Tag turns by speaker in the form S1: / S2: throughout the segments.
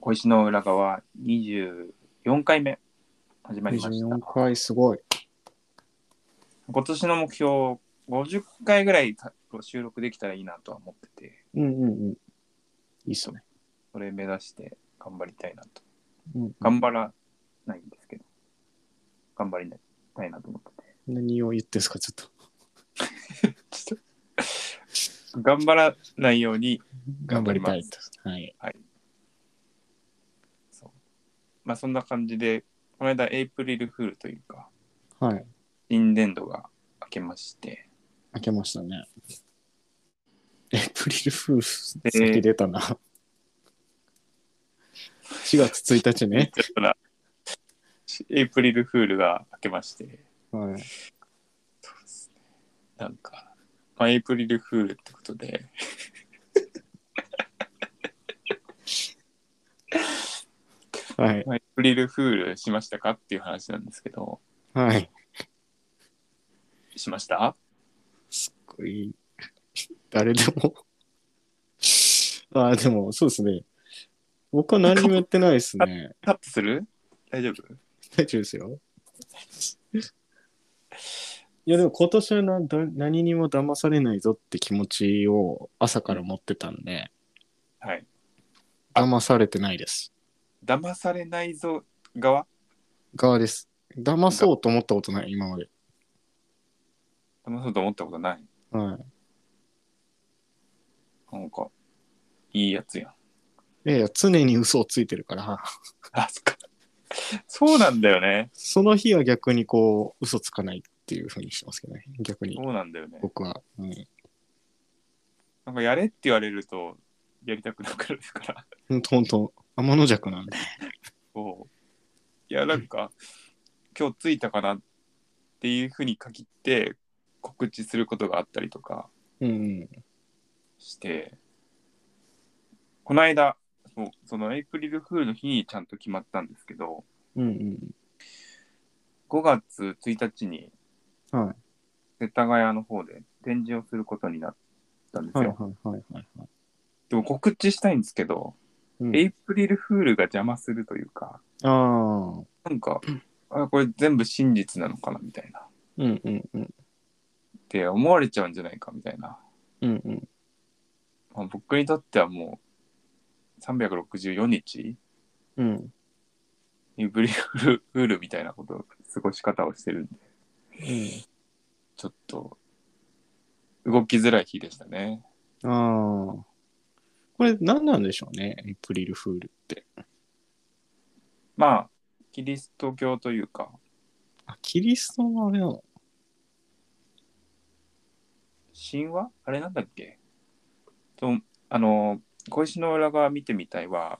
S1: 小石の裏側24回目始まりました
S2: 24。回すごい。
S1: 今年の目標50回ぐらいた収録できたらいいなとは思ってて、
S2: うんうんうん。いいっすね。
S1: それ目指して頑張りたいなと。
S2: うん、
S1: 頑張らないんですけど、頑張りたいなと思ってて。
S2: 何を言ってんすか、ちょっと。
S1: ちょっと頑張らないように、頑
S2: 頑
S1: 張
S2: 張
S1: り
S2: り
S1: ます
S2: たいと。はい。
S1: そうまあそんな感じで、この間エイプリルフールというか、
S2: はい。
S1: 新年度が明けまして、
S2: 開けましたね。エイプリルフール、先出たな。4月1日ね。
S1: だから、エイプリルフールが明けまして、
S2: はい。
S1: そうですね。なんか、まあ、エイプリルフールってことで。
S2: はい。
S1: まあエイプリルフールしましたかっていう話なんですけど、
S2: はい。
S1: しました
S2: すっごい。誰でも。 ああ、でも、そうですね。僕は何もやってないですね。
S1: カットする大丈夫
S2: 大丈夫ですよ。いやでも今年はなだ何にも騙されないぞって気持ちを朝から持ってたんで、
S1: はい。
S2: 騙されてないです。
S1: 騙されないぞ側
S2: 側です。騙そうと思ったことない、今まで。
S1: 騙そうと思ったことない。
S2: はい。
S1: なんか、いいやつやん。
S2: いやいや、常に嘘をついてるから、
S1: あ、そっか。そうなんだよね。
S2: その日は逆にこう、嘘つかないっていうふうにしてますけどね。逆に、
S1: そうなんだよね。
S2: 僕は。うん
S1: なんかやれって言われると、やりたくなくなるから。
S2: ほんとほんと、天の弱なんで。
S1: そう。いや、なんか、今日着いたかなっていうふうに限って、告知することがあったりとか、
S2: うんうん。
S1: して、この間、そうそのエイプリルフールの日にちゃんと決まったんですけど、
S2: うん
S1: 5月1日に
S2: うん。はい。
S1: 世田谷の方で展示をすることになったんです
S2: はい
S1: よ。
S2: はいはいはいはい。
S1: でも告知したいんですけど、
S2: うん
S1: エイプリルフールが邪魔するというか、
S2: ああ。
S1: なんか、あこれ全部真実なのかなみたいな。っ
S2: うんうんうん。
S1: て思われちゃうんじゃないかみたいな。
S2: うんうん。
S1: まあ、僕にとってはもう、364日
S2: うん。
S1: エイプリルフールみたいなこと、過ごし方をしてるんで
S2: う
S1: ちょっと、動きづらい日でしたね。
S2: ん、ああ。これ何なんでしょうね、エイプリルフールって。
S1: まあ、キリスト教というか、
S2: あ、キリストのあれなの
S1: 神話あれなんだっけと、あの、小石の裏側見てみたいは、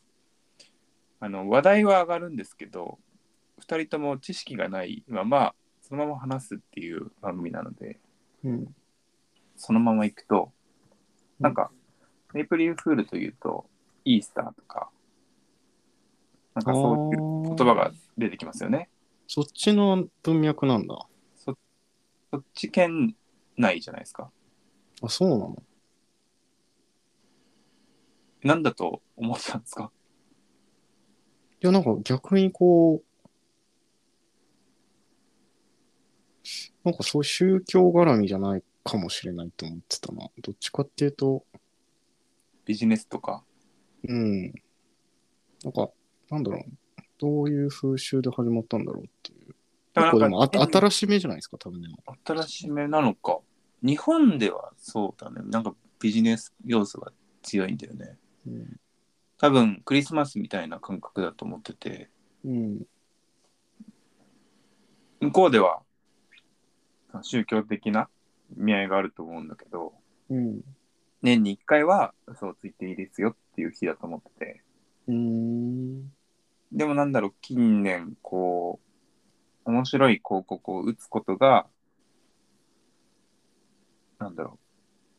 S1: あの、話題は上がるんですけど、二人とも知識がないまま、そのまま話すっていう番組なので、
S2: うん。
S1: そのまま行くと、なんか、メイプリルフールというと、イースターとか、なんかそういう
S2: う
S1: 言葉。が出てきますよね。
S2: そっちの文脈なんだ。
S1: そっち圏内じゃないですか。
S2: あ、そうなの
S1: なんだと思ってたんですか
S2: いや、なんか逆にこう、なんかそう宗教絡みじゃないかもしれないと思ってたな。どっちかっていうと、
S1: ビジネスとか。
S2: うん。なんか、なんだろう。どういう風習で始まったんだろうっていう。結構でもあ新しめじゃないですか、多分でも。
S1: 新しめなのか。日本ではそうだね。なんかビジネス要素が強いんだよね。
S2: うん
S1: 多分クリスマスみたいな感覚だと思ってて、
S2: うん。
S1: 向こうでは宗教的な意味合いがあると思うんだけど、
S2: うん。
S1: 年に1回は嘘をついていいですよっていう日だと思ってて。
S2: うん。
S1: でもなんだろう、近年、こう、面白い広告を打つことが、なんだろ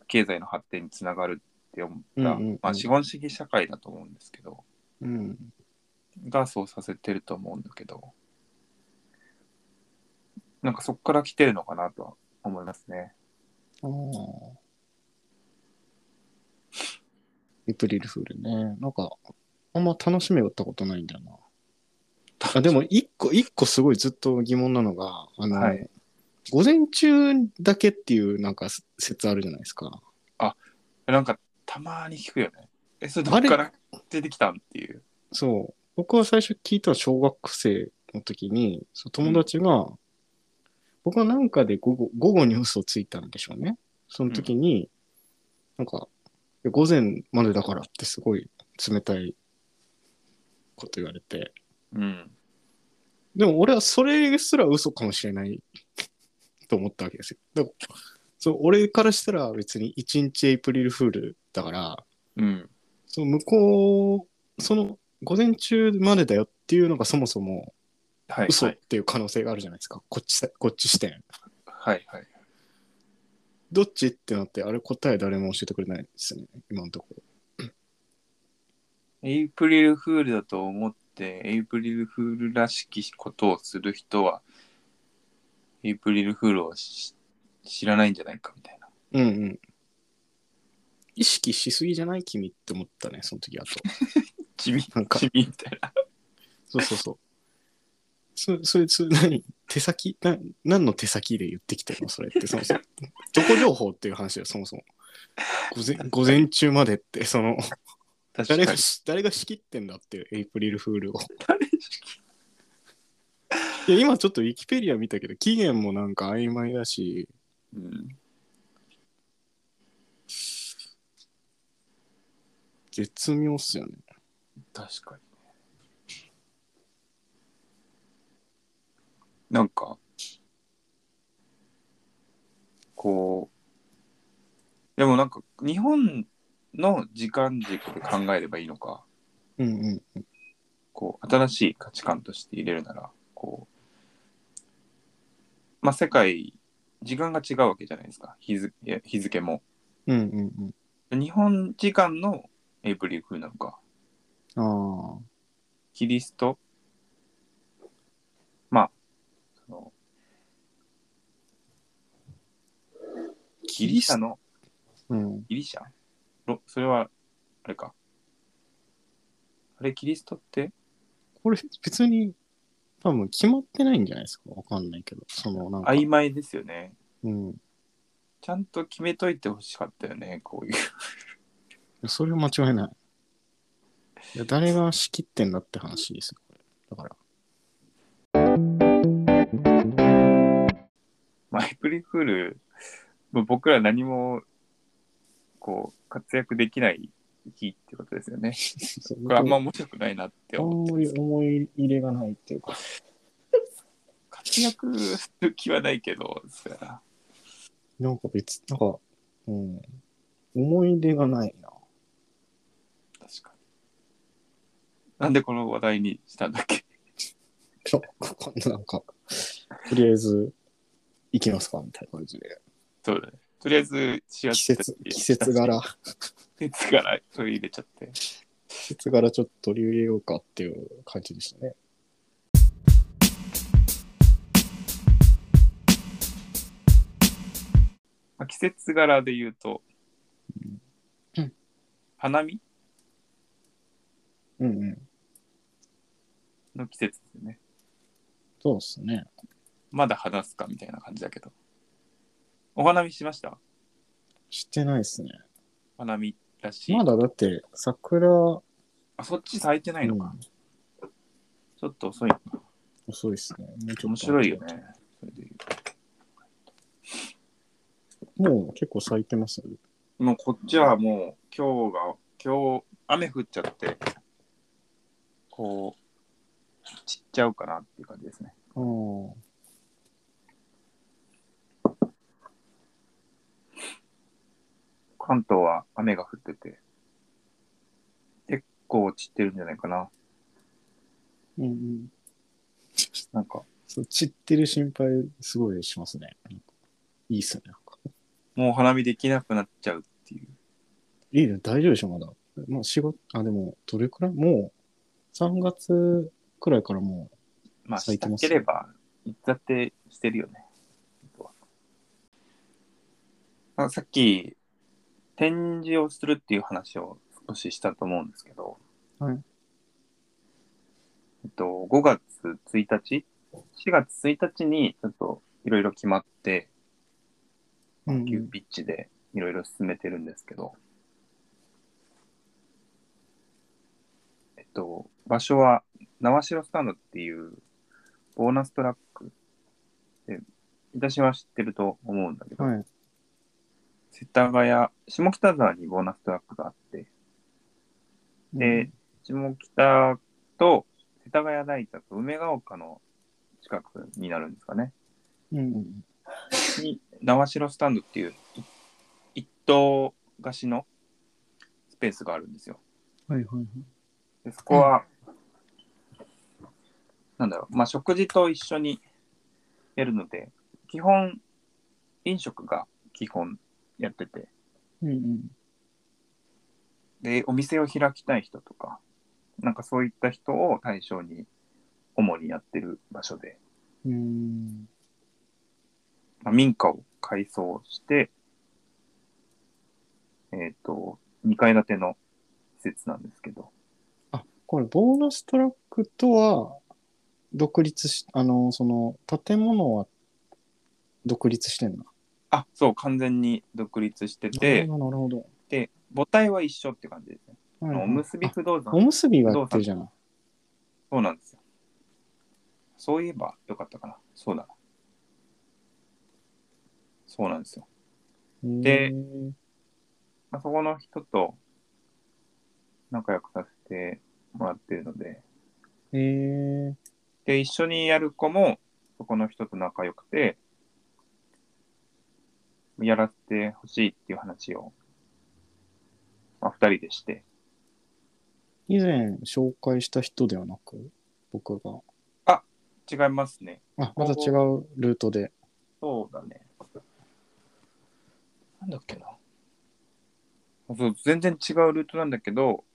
S1: う、経済の発展につながるって思った、
S2: うんうんうん
S1: まあ、資本主義社会だと思うんですけど、
S2: うん。
S1: がそうさせてると思うんだけど、なんかそこから来てるのかなとは思いますね。
S2: ああ。エイプリルフールね。なんか、あんま楽しみは打ったことないんだよな。あでも、一個、一個すごいずっと疑問なのが、あの、
S1: はい
S2: 午前中だけっていうなんか説あるじゃないですか。
S1: なんか、たまに聞くよね。え、それど
S2: あ
S1: っ
S2: れ
S1: から出てきたんっていう。
S2: そう。僕は最初聞いたのは小学生の時に、そう友達が、僕はなんかで午後午後に嘘をついたんでしょうね。その時に、なんか、いや午前までだからってすごい冷たいこと言われて。
S1: うん。
S2: でも俺はそれすら嘘かもしれない と思ったわけですよ。でもそう俺からしたら別に一日エイプリルフールだから、
S1: うん。
S2: その向こう、その午前中までだよっていうのがそもそも
S1: はい。
S2: 嘘
S1: は
S2: っ
S1: い。
S2: ていう可能性があるじゃないですか。こっちさ、こっち視点。
S1: はい。はい。
S2: どっちってなって、あれ答え誰も教えてくれないですね。今のところ。
S1: エイプリルフールだと思って、エイプリルフールらしきことをする人は、エイプリルフールをし知らないんじゃないかみたいな。
S2: うんうん。意識しすぎじゃない君って思ったね、その時 あと。
S1: 地味、
S2: なんか
S1: 地味みたいな。
S2: そうそうそう。そそれ、それ何手先な何の手先で言ってきたのそれって、そもそも。 どこ情報っていう話だよ、そもそも。午前午前中までって、その、
S1: 確か
S2: 誰
S1: に
S2: がし、誰が仕切ってんだっていう、エイプリルフールを。
S1: 誰しき
S2: いや、今ちょっとウィキペディア見たけど、期限もなんか曖昧だし、
S1: うん。
S2: 絶妙っすよね。
S1: 確かに。なんか、こう、でもなんか、日本の時間軸で考えればいいのか。
S2: うんうん。
S1: こう新しい価値観として入れるならこうまあ世界時間が違うわけじゃないですか日付いや日付も
S2: うんうん
S1: 日本時間のエイプリルフールなのか
S2: うん。ああ。
S1: キリストまあそのギリシャの
S2: うん。
S1: ギリシャロそれはあれかあれキリストって
S2: これ、別に、多分決まってないんじゃないですか。わかんないけど。その、なんか。
S1: 曖昧ですよね
S2: うん。
S1: ちゃんと決めといてほしかったよねこういう
S2: いやそれは間違いない。いや誰が仕切ってんだって話ですよ、これ。だから。
S1: まあ、エイプリルフール、もう僕ら何も、こう、活躍できない日ってことですよね。これあんま面白くないなって
S2: あん
S1: 思う。
S2: まり思い入れがないっていうか。
S1: 活躍する気はないけど、そやな
S2: なんか別、なんか、うん。思い出がないな。
S1: 確かに。なんでこの話題にしたんだっけ
S2: ちょ、 こんななんか、とりあえず、行きますかみたいな感じで。
S1: そうだね。とりあえず、4月
S2: 季
S1: 1
S2: 節、
S1: 日
S2: 季節。柄、
S1: 季節柄取り入れちゃって。
S2: 季節柄ちょっと取り入れようかっていう感じでしたね。
S1: まあ、季節柄で言うと、
S2: うん
S1: 花見
S2: うんうん。
S1: の季節ですね。
S2: そうですね。
S1: まだ話すかみたいな感じだけど。お花見しました
S2: してないですね。
S1: 花見らしい。
S2: まだだって、桜、
S1: あ、そっち咲いてないのか。
S2: うん
S1: ちょっと遅いのか。
S2: 遅いですね。もうちょっと
S1: 面白いよね。それで
S2: もう結構咲いてますよね。
S1: もうこっちはもう今日が、今日雨降っちゃって、こう、散っちゃうかなっていう感じですね。
S2: ああ。
S1: 関東は雨が降ってて、結構散ってるんじゃないかな。
S2: うんうん。
S1: なんか、
S2: そう、散ってる心配すごいしますね。なんかいいっすね。なんか
S1: もうお花見できなくなっちゃうっていう。
S2: いいね。大丈夫でしょ、まだ。まあ仕事、あ、でも、どれくらいもう、3月くらいからもう、
S1: まあ、
S2: 咲い
S1: してた
S2: ます
S1: ければ、いつだってしてるよね。本当はあさっき、展示をするっていう話を少ししたと思うんですけど、
S2: はい
S1: えっと、5月1日 ?4 月1日に、ちょっといろいろ決まって、
S2: うん
S1: 急ピッチでいろいろ進めてるんですけど、えっと、場所は、縄城スタンドっていうボーナストラックで、私は知ってると思うんだけど、
S2: はい。
S1: 世田谷、下北沢にボーナストラックがあって、で、下北と世田谷大田と梅ヶ丘の近くになるんですかね。
S2: うん、うん。
S1: に縄城スタンドっていうい一棟貸しのスペースがあるんですよ。
S2: はいはいはい。
S1: でそこは、なんだろう、まあ、食事と一緒にやるので、基本、飲食が基本やってて、
S2: うんうん。
S1: で、お店を開きたい人とか、なんかそういった人を対象に主にやってる場所で、
S2: うーん。
S1: まあ、民家を改装して、えっ、と、2階建ての施設なんですけど、
S2: あ、これ、ボーナストラックとは、独立し、あの、その、建物は、独立してんだ。
S1: あ、そう、完全に独立して
S2: なる
S1: て、
S2: ほど、なるほど。
S1: で、母体は一緒って感じですね。
S2: はいはい
S1: おむすび
S2: あ
S1: 不動
S2: お
S1: 産、
S2: むすびはやってるじゃない。
S1: そうなんですよ。そういえばよかったかな。そうだな。そうなんですよ。
S2: へー、
S1: まあ、そこの人と仲良くさせてもらってるので、
S2: えー、
S1: で、一緒にやる子も、そこの人と仲良くて、やらせてほしいっていう話を、まあ、二人でして。
S2: 以前紹介した人ではなく、僕が。
S1: 違いますね。
S2: あ、また違うルートで。
S1: そうだね。なんだっけな。そう、全然違うルートなんだけど、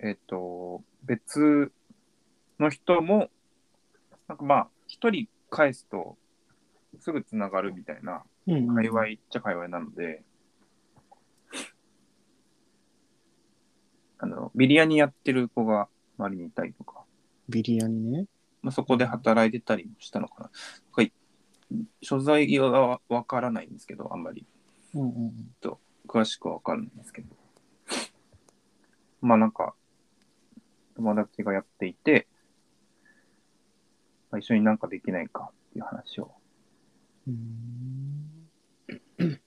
S1: えっ、と、別の人も、なんかまあ、一人返すと、すぐつながるみたいな、
S2: うん
S1: 界隈っちゃ界隈なので、あの、ビリヤニやってる子が周りにいたりとか、
S2: ビリヤニね。
S1: まあ、そこで働いてたりもしたのかな。はい、所在はわからないんですけど、あんまり
S2: うんうんうん。
S1: 詳しくはわからないんですけど。まあなんか、友達がやっていて、まあ、一緒になんかできないかっていう話を
S2: うーん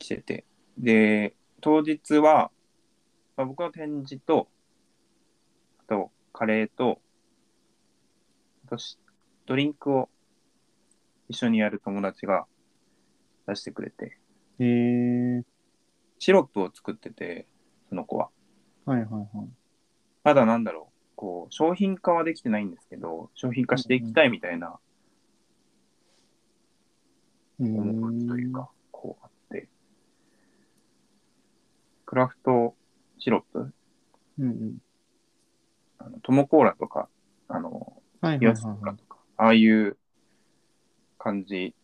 S1: してて。で、当日は、まあ、僕の展示と、あと、カレーと、あとしドリンクを一緒にやる友達が出してくれて、
S2: えー、
S1: シロップを作ってて、その子は。
S2: はいはいはい。
S1: まだなんだろう、こう、商品化はできてないんですけど、商品化していきたいみたいな
S2: うーん
S1: 思うというか、こうあって、クラフトシロップ
S2: うんうん。
S1: あのトモコーラとか、あの、
S2: はいはい
S1: ヨ
S2: は
S1: ス
S2: い
S1: と
S2: は
S1: か
S2: い。
S1: とか、ああいう感じ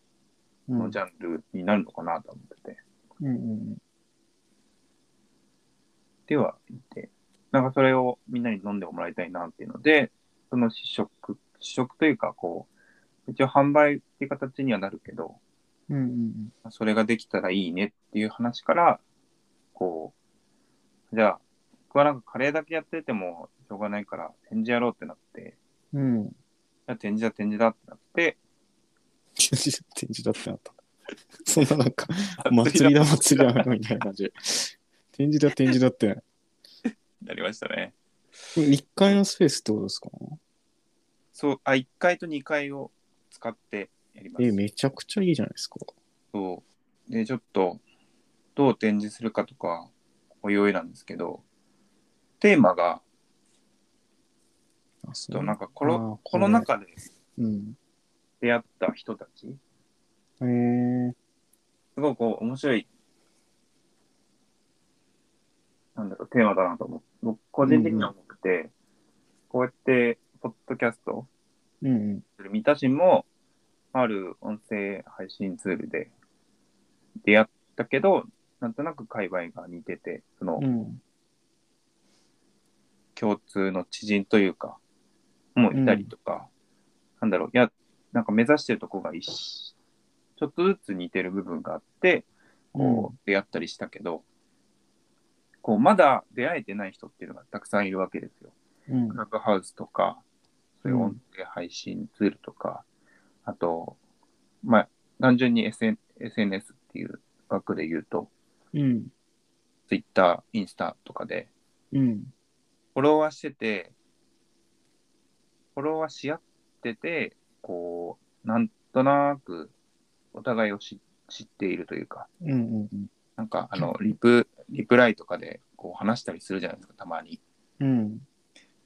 S2: うん
S1: のジャンルになるのかなと思ってて、
S2: うんうん
S1: ではいて、なんかそれをみんなに飲んでもらいたいなっていうので、その試食、試食というか、こう、一応販売っていう形にはなるけど、
S2: うんうんうん
S1: それができたらいいねっていう話から、こう、じゃあ、僕はなんかカレーだけやっててもしょうがないから展示やろうってなって、
S2: うん。うん。
S1: じゃあ展示だ展示だってなって、
S2: 展示展示だってなった。そんななんか、祭りだ祭りだみたいな感じ。展示だ展示だって。
S1: なりましたね。
S2: 1階のスペースってことですか
S1: そう、あ、1階と2階を使ってやります。
S2: え、めちゃくちゃいいじゃないですか。
S1: そう。で、ちょっと、どう展示するかとか、おいおいなんですけど、テーマが、
S2: あ、そ
S1: ちょっとなんかコ
S2: あー
S1: ロ、
S2: こ
S1: コ
S2: れ
S1: ロナ禍で
S2: うん。
S1: 出会った人たち、
S2: えー、
S1: すごくこう面白い、なんだろう、テーマだなと思う。僕、個人的には思って、こうやって、ポッドキャスト、
S2: うんうん。
S1: 三田市も、ある音声配信ツールで出会ったけど、なんとなく界隈が似てて、その、
S2: うん。
S1: 共通の知人というか、もいたりとか、なんだろう、いや、なんか目指してるとこが一緒、ちょっとずつ似てる部分があって、こう、出会ったりしたけど、こう、まだ出会えてない人っていうのがたくさんいるわけですよ。
S2: うん
S1: クラブハウスとか、そういう
S2: うん
S1: 音声配信ツールとか、あと、まあ、単純に SN SNS っていう枠で言うと、
S2: うん。
S1: Twitter、インスタとかで、
S2: うん。
S1: フォロワーしてて、フォロワーし合ってて、こう、なんとなくお互いを知知っているというか、
S2: うん。うん。
S1: なんか、あの、リプ、リプライとかで、こう話したりするじゃないですか、たまに。
S2: うん。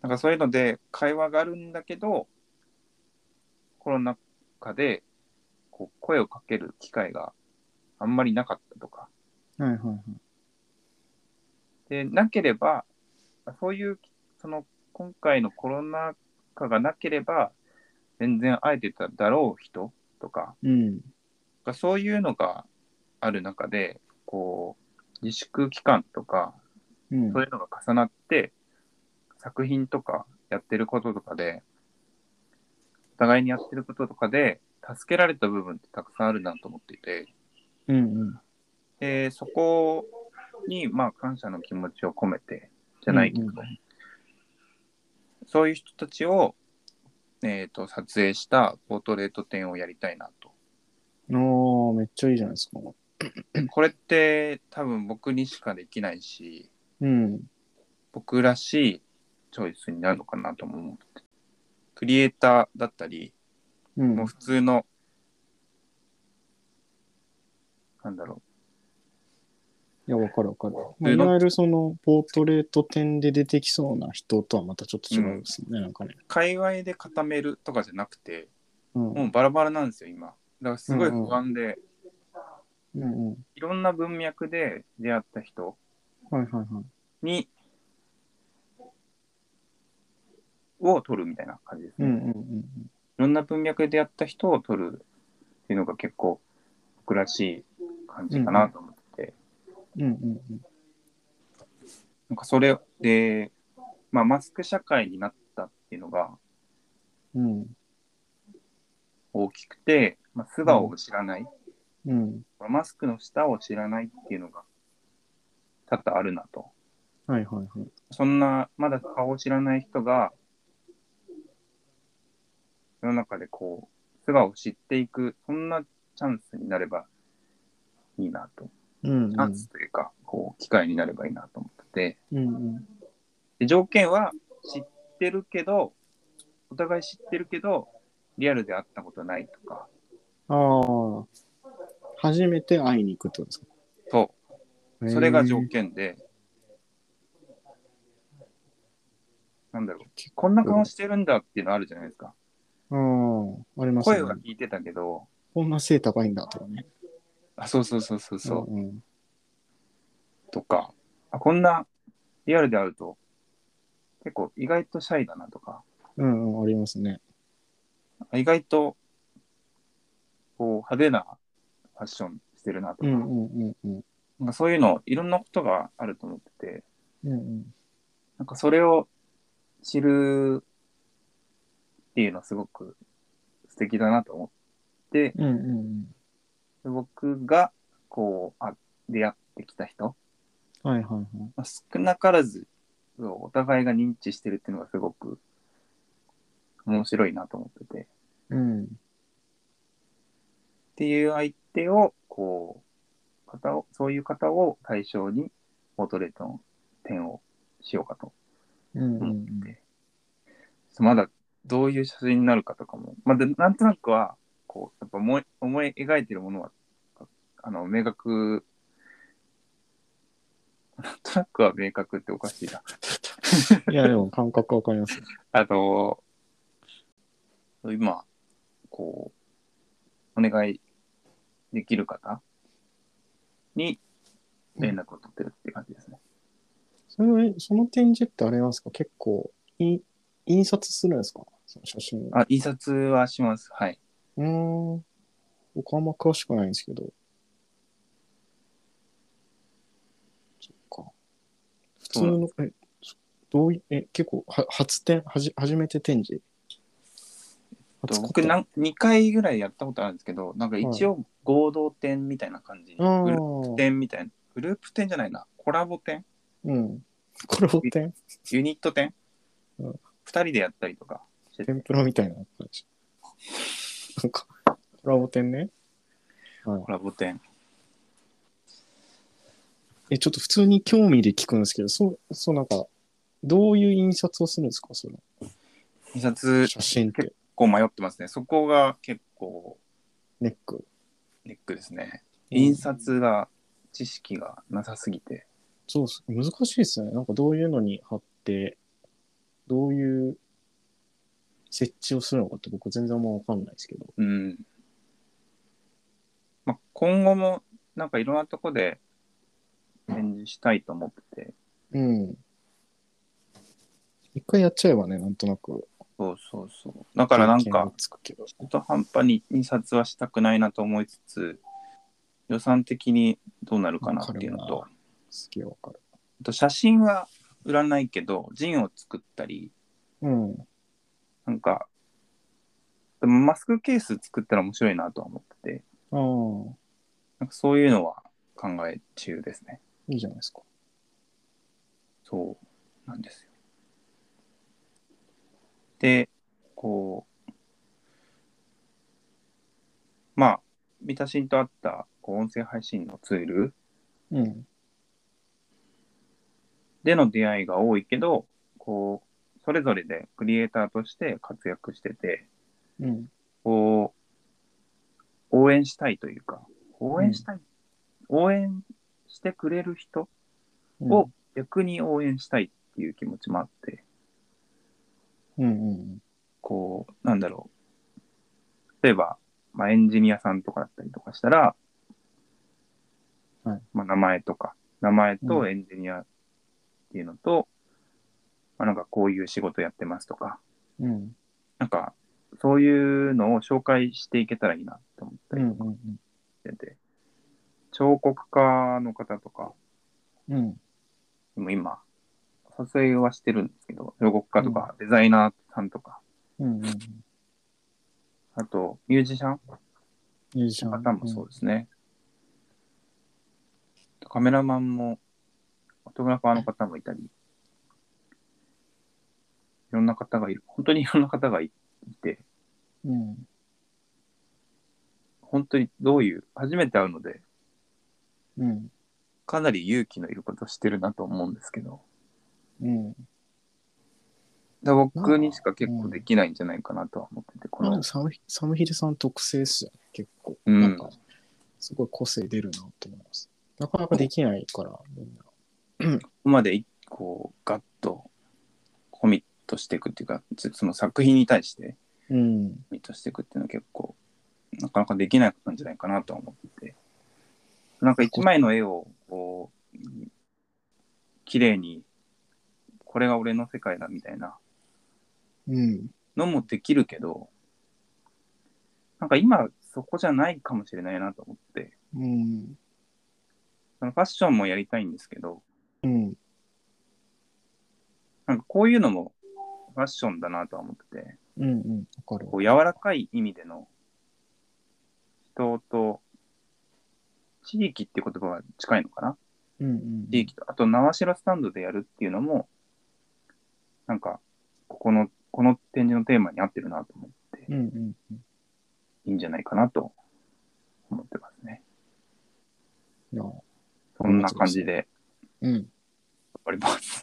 S1: なんかそういうので会話があるんだけど、コロナ禍でこう声をかける機会があんまりなかったとか。
S2: はいはいはい。
S1: で、なければ、そういう、その今回のコロナ禍がなければ、全然会えてただろう人とか、
S2: うん。
S1: そういうのがある中で、こう、自粛期間とか、
S2: うん
S1: そういうのが重なって、作品とかやってることとかで、お互いにやってることとかで、助けられた部分ってたくさんあるなと思っていて、
S2: うん。
S1: でそこに、まあ、感謝の気持ちを込めて、じゃないけど、
S2: うんうん
S1: そういう人たちを、えっと撮影したポートレート展をやりたいなと。
S2: うん。おー、めっちゃいいじゃないですか。
S1: これって多分僕にしかできないし、
S2: うん。
S1: 僕らしいチョイスになるのかなとも思っててクリエイターだったり、
S2: うん
S1: もう普通の、なんだろ
S2: いや、わかるわかる。まあ
S1: で
S2: い
S1: なん
S2: わゆるその、ポートレート展で出てきそうな人とはまたちょっと違うんですよね、なんかね
S1: う、。界隈で固めるとかじゃなくて、
S2: うん。う
S1: も
S2: ん
S1: うバラバラなんですよ、今。だからすごい不安で、
S2: うん。
S1: いろんな文脈で出会った人
S2: はいはいはい。
S1: に、を取るみたいな感じです
S2: う
S1: ね。
S2: ん
S1: い
S2: うんうん
S1: ろんな文脈で出会った人を取るっていうのが結構僕らしい感じかなと思ってて。
S2: うん。うんうんうん。
S1: なんかそれで、まあ、マスク社会になったっていうのが
S2: うん。
S1: 大きくて、まあ、素顔を知らない、
S2: うん。
S1: マスクの下を知らないっていうのが多々あるなと。
S2: はいはいはい。
S1: そんな、まだ顔を知らない人が、世の中でこう、素顔を知っていく、そんなチャンスになればいいなと。
S2: うん
S1: チ
S2: う
S1: ャ
S2: ん
S1: ン。スというか、こう、機会になればいいなと思ってて。
S2: うんうん。
S1: で条件は知ってるけど、お互い知ってるけど、リアルで会ったことないとか、
S2: ああ。初めて会いに行くってことですか
S1: そう、
S2: へー
S1: それが条件で、なんだろう、こんな顔してるんだっていうのあるじゃないですか。
S2: うん。ありますね
S1: 声。は聞いてたけど、
S2: こんな背高いんだとかね。
S1: あ、そうそうそうそうそう、
S2: うんうん。
S1: とか、あ、こんなリアルで会うと、結構意外とシャイだなとか、
S2: うんうん、ありますね。
S1: あ意外と、こう、派手なファッションしてるなと
S2: う
S1: か、
S2: んうんうんうん。
S1: なんかそういうの、いろんなことがあると思ってて、
S2: うんうん。
S1: なんかそれを知るっていうのはすごく素敵だなと思って、
S2: うんうんうん。
S1: で僕がこうあ出会ってきた人、
S2: はいはいはい。
S1: まあ、少なからずお互いが認知してるっていうのがすごく面白いなと思ってて、っ
S2: うん。
S1: ていう相手を、こう、方を、そういう方を対象に、モートレートの点をしようかと
S2: うんうんう
S1: 思
S2: ん。
S1: って、まだどういう写真になるかとかも、まあ、でなんとなくはこうやっぱ思い思い描いてるものはあの明確なんとなくは明確っておかしいな
S2: いや、でも感覚わかりますよ。
S1: あの今こうお願いできる方に連絡を取ってるって感じですね、
S2: それその展示ってあれなんですか結構、い印刷するんですかその写真を。
S1: あ印刷はしますはいう
S2: ーん。僕あんま詳しくないんですけど。そっか。普通
S1: そうなん
S2: の、え、そどういえ、結構は、初展、はじ、初めて展示。初個
S1: 僕
S2: 展
S1: なん2回ぐらいやったことあるんですけどなんか一応合同展みたいな感じに、
S2: あ
S1: グループ
S2: ー
S1: 展みたいなグループ展じゃないなコラボ展
S2: うん。コラボ展
S1: ユニット展、
S2: う
S1: 二人
S2: ん
S1: でやったりとかしてて
S2: 天ぷらみたいな感じ。なんか、コラボ展ね。
S1: コラボ展
S2: え、ちょっと普通に興味で聞くんですけど、そう、そうなんか、どういう印刷をするんですかその
S1: 印刷
S2: 写真って、
S1: こう迷ってますねそこが結構
S2: ネック。
S1: ネックですね
S2: うん
S1: 印刷が知識がなさすぎて
S2: そうっす。難しいですね。なんかどういうのに貼って、どういう設置をするのかって僕全然あんまわかんないですけど。
S1: うんまあ、今後もなんかいろんなとこで展示したいと思ってて
S2: うん。一回やっちゃえばね、なんとなく。
S1: そうそうそうだからなん
S2: 経験が
S1: か
S2: つくけど。
S1: 中途半端に印刷はしたくないなと思いつつ予算的にどうなるかなっていうの
S2: わ
S1: と
S2: かすげえわかる。
S1: あと写真は売らないけどジンを作ったり
S2: うん。
S1: なんかでもマスクケース作ったら面白いなとは思ってて
S2: ああ、
S1: なんかそういうのは考え中ですね
S2: いいじゃないですか。
S1: そうなんですよ。で、こう、まあ、三田新とあったこう音声配信のツール
S2: うん。
S1: での出会いが多いけど、こう、それぞれでクリエイターとして活躍してて、
S2: うん。
S1: こう、応援したいというか、応援したい、応援してくれる人を逆に応援したいっていう気持ちもあって、
S2: うんうん
S1: こう、なんだろう。例えば、まあ、エンジニアさんとかだったりとかしたら、
S2: はい
S1: まあ、名前とか、名前
S2: う
S1: と
S2: ん
S1: エンジニアっていうのと、まあ、なんかこういう仕事やってますとか、
S2: うん。うん。
S1: なんか、そういうのを紹介していけたらいいなって思った
S2: う
S1: り
S2: んうん
S1: してて、彫刻家の方とか、
S2: うん。うん。
S1: でも今、撮影はしてるんですけど、彫刻家とか、デザイナーさんとか、
S2: うんうん。
S1: あと、ミュージシャン
S2: いいじゃん。
S1: 方もそうですね。カメラマンも、フォトグラファーの方もいたり、いろんな方がいる。本当にいろんな方がいいて、
S2: うん。
S1: 本当にどういう、初めて会うので、
S2: うん。
S1: かなり勇気のいることしてるなと思うんですけど、
S2: うん。
S1: だ僕にしか結構できないんじゃないかなとは思ってて、こ
S2: まあで
S1: の
S2: も、サムヒサムヒデさん特性っすよね、結構。
S1: うん
S2: なんか、すごい個性出るなと思います。なかなかできないから、みんな。
S1: ここまで一個ガッとコミットしていくっていうか、つその作品に対して
S2: うん。
S1: ミットしていくっていうのは結構なかなかできないことなんじゃないかなとは思っててなんか一枚の絵をこう綺麗にこれが俺の世界だみたいな
S2: うん。
S1: のもできるけどなんか今そこじゃないかもしれないなと思って
S2: うん。
S1: そのファッションもやりたいんですけど
S2: うん。
S1: なんかこういうのもファッションだなとは思ってて
S2: うん。うん。わかる
S1: こ。う柔らかい意味での人と地域って言葉が近いのかな
S2: うん。うん。
S1: 地域と、あと、縄代スタンドでやるっていうのも、なんか、ここの、この展示のテーマに合ってるなと思って、
S2: うん。うん。
S1: いいんじゃないかなと思ってますね。
S2: いや
S1: そんな感じで、
S2: うん。
S1: 終わります。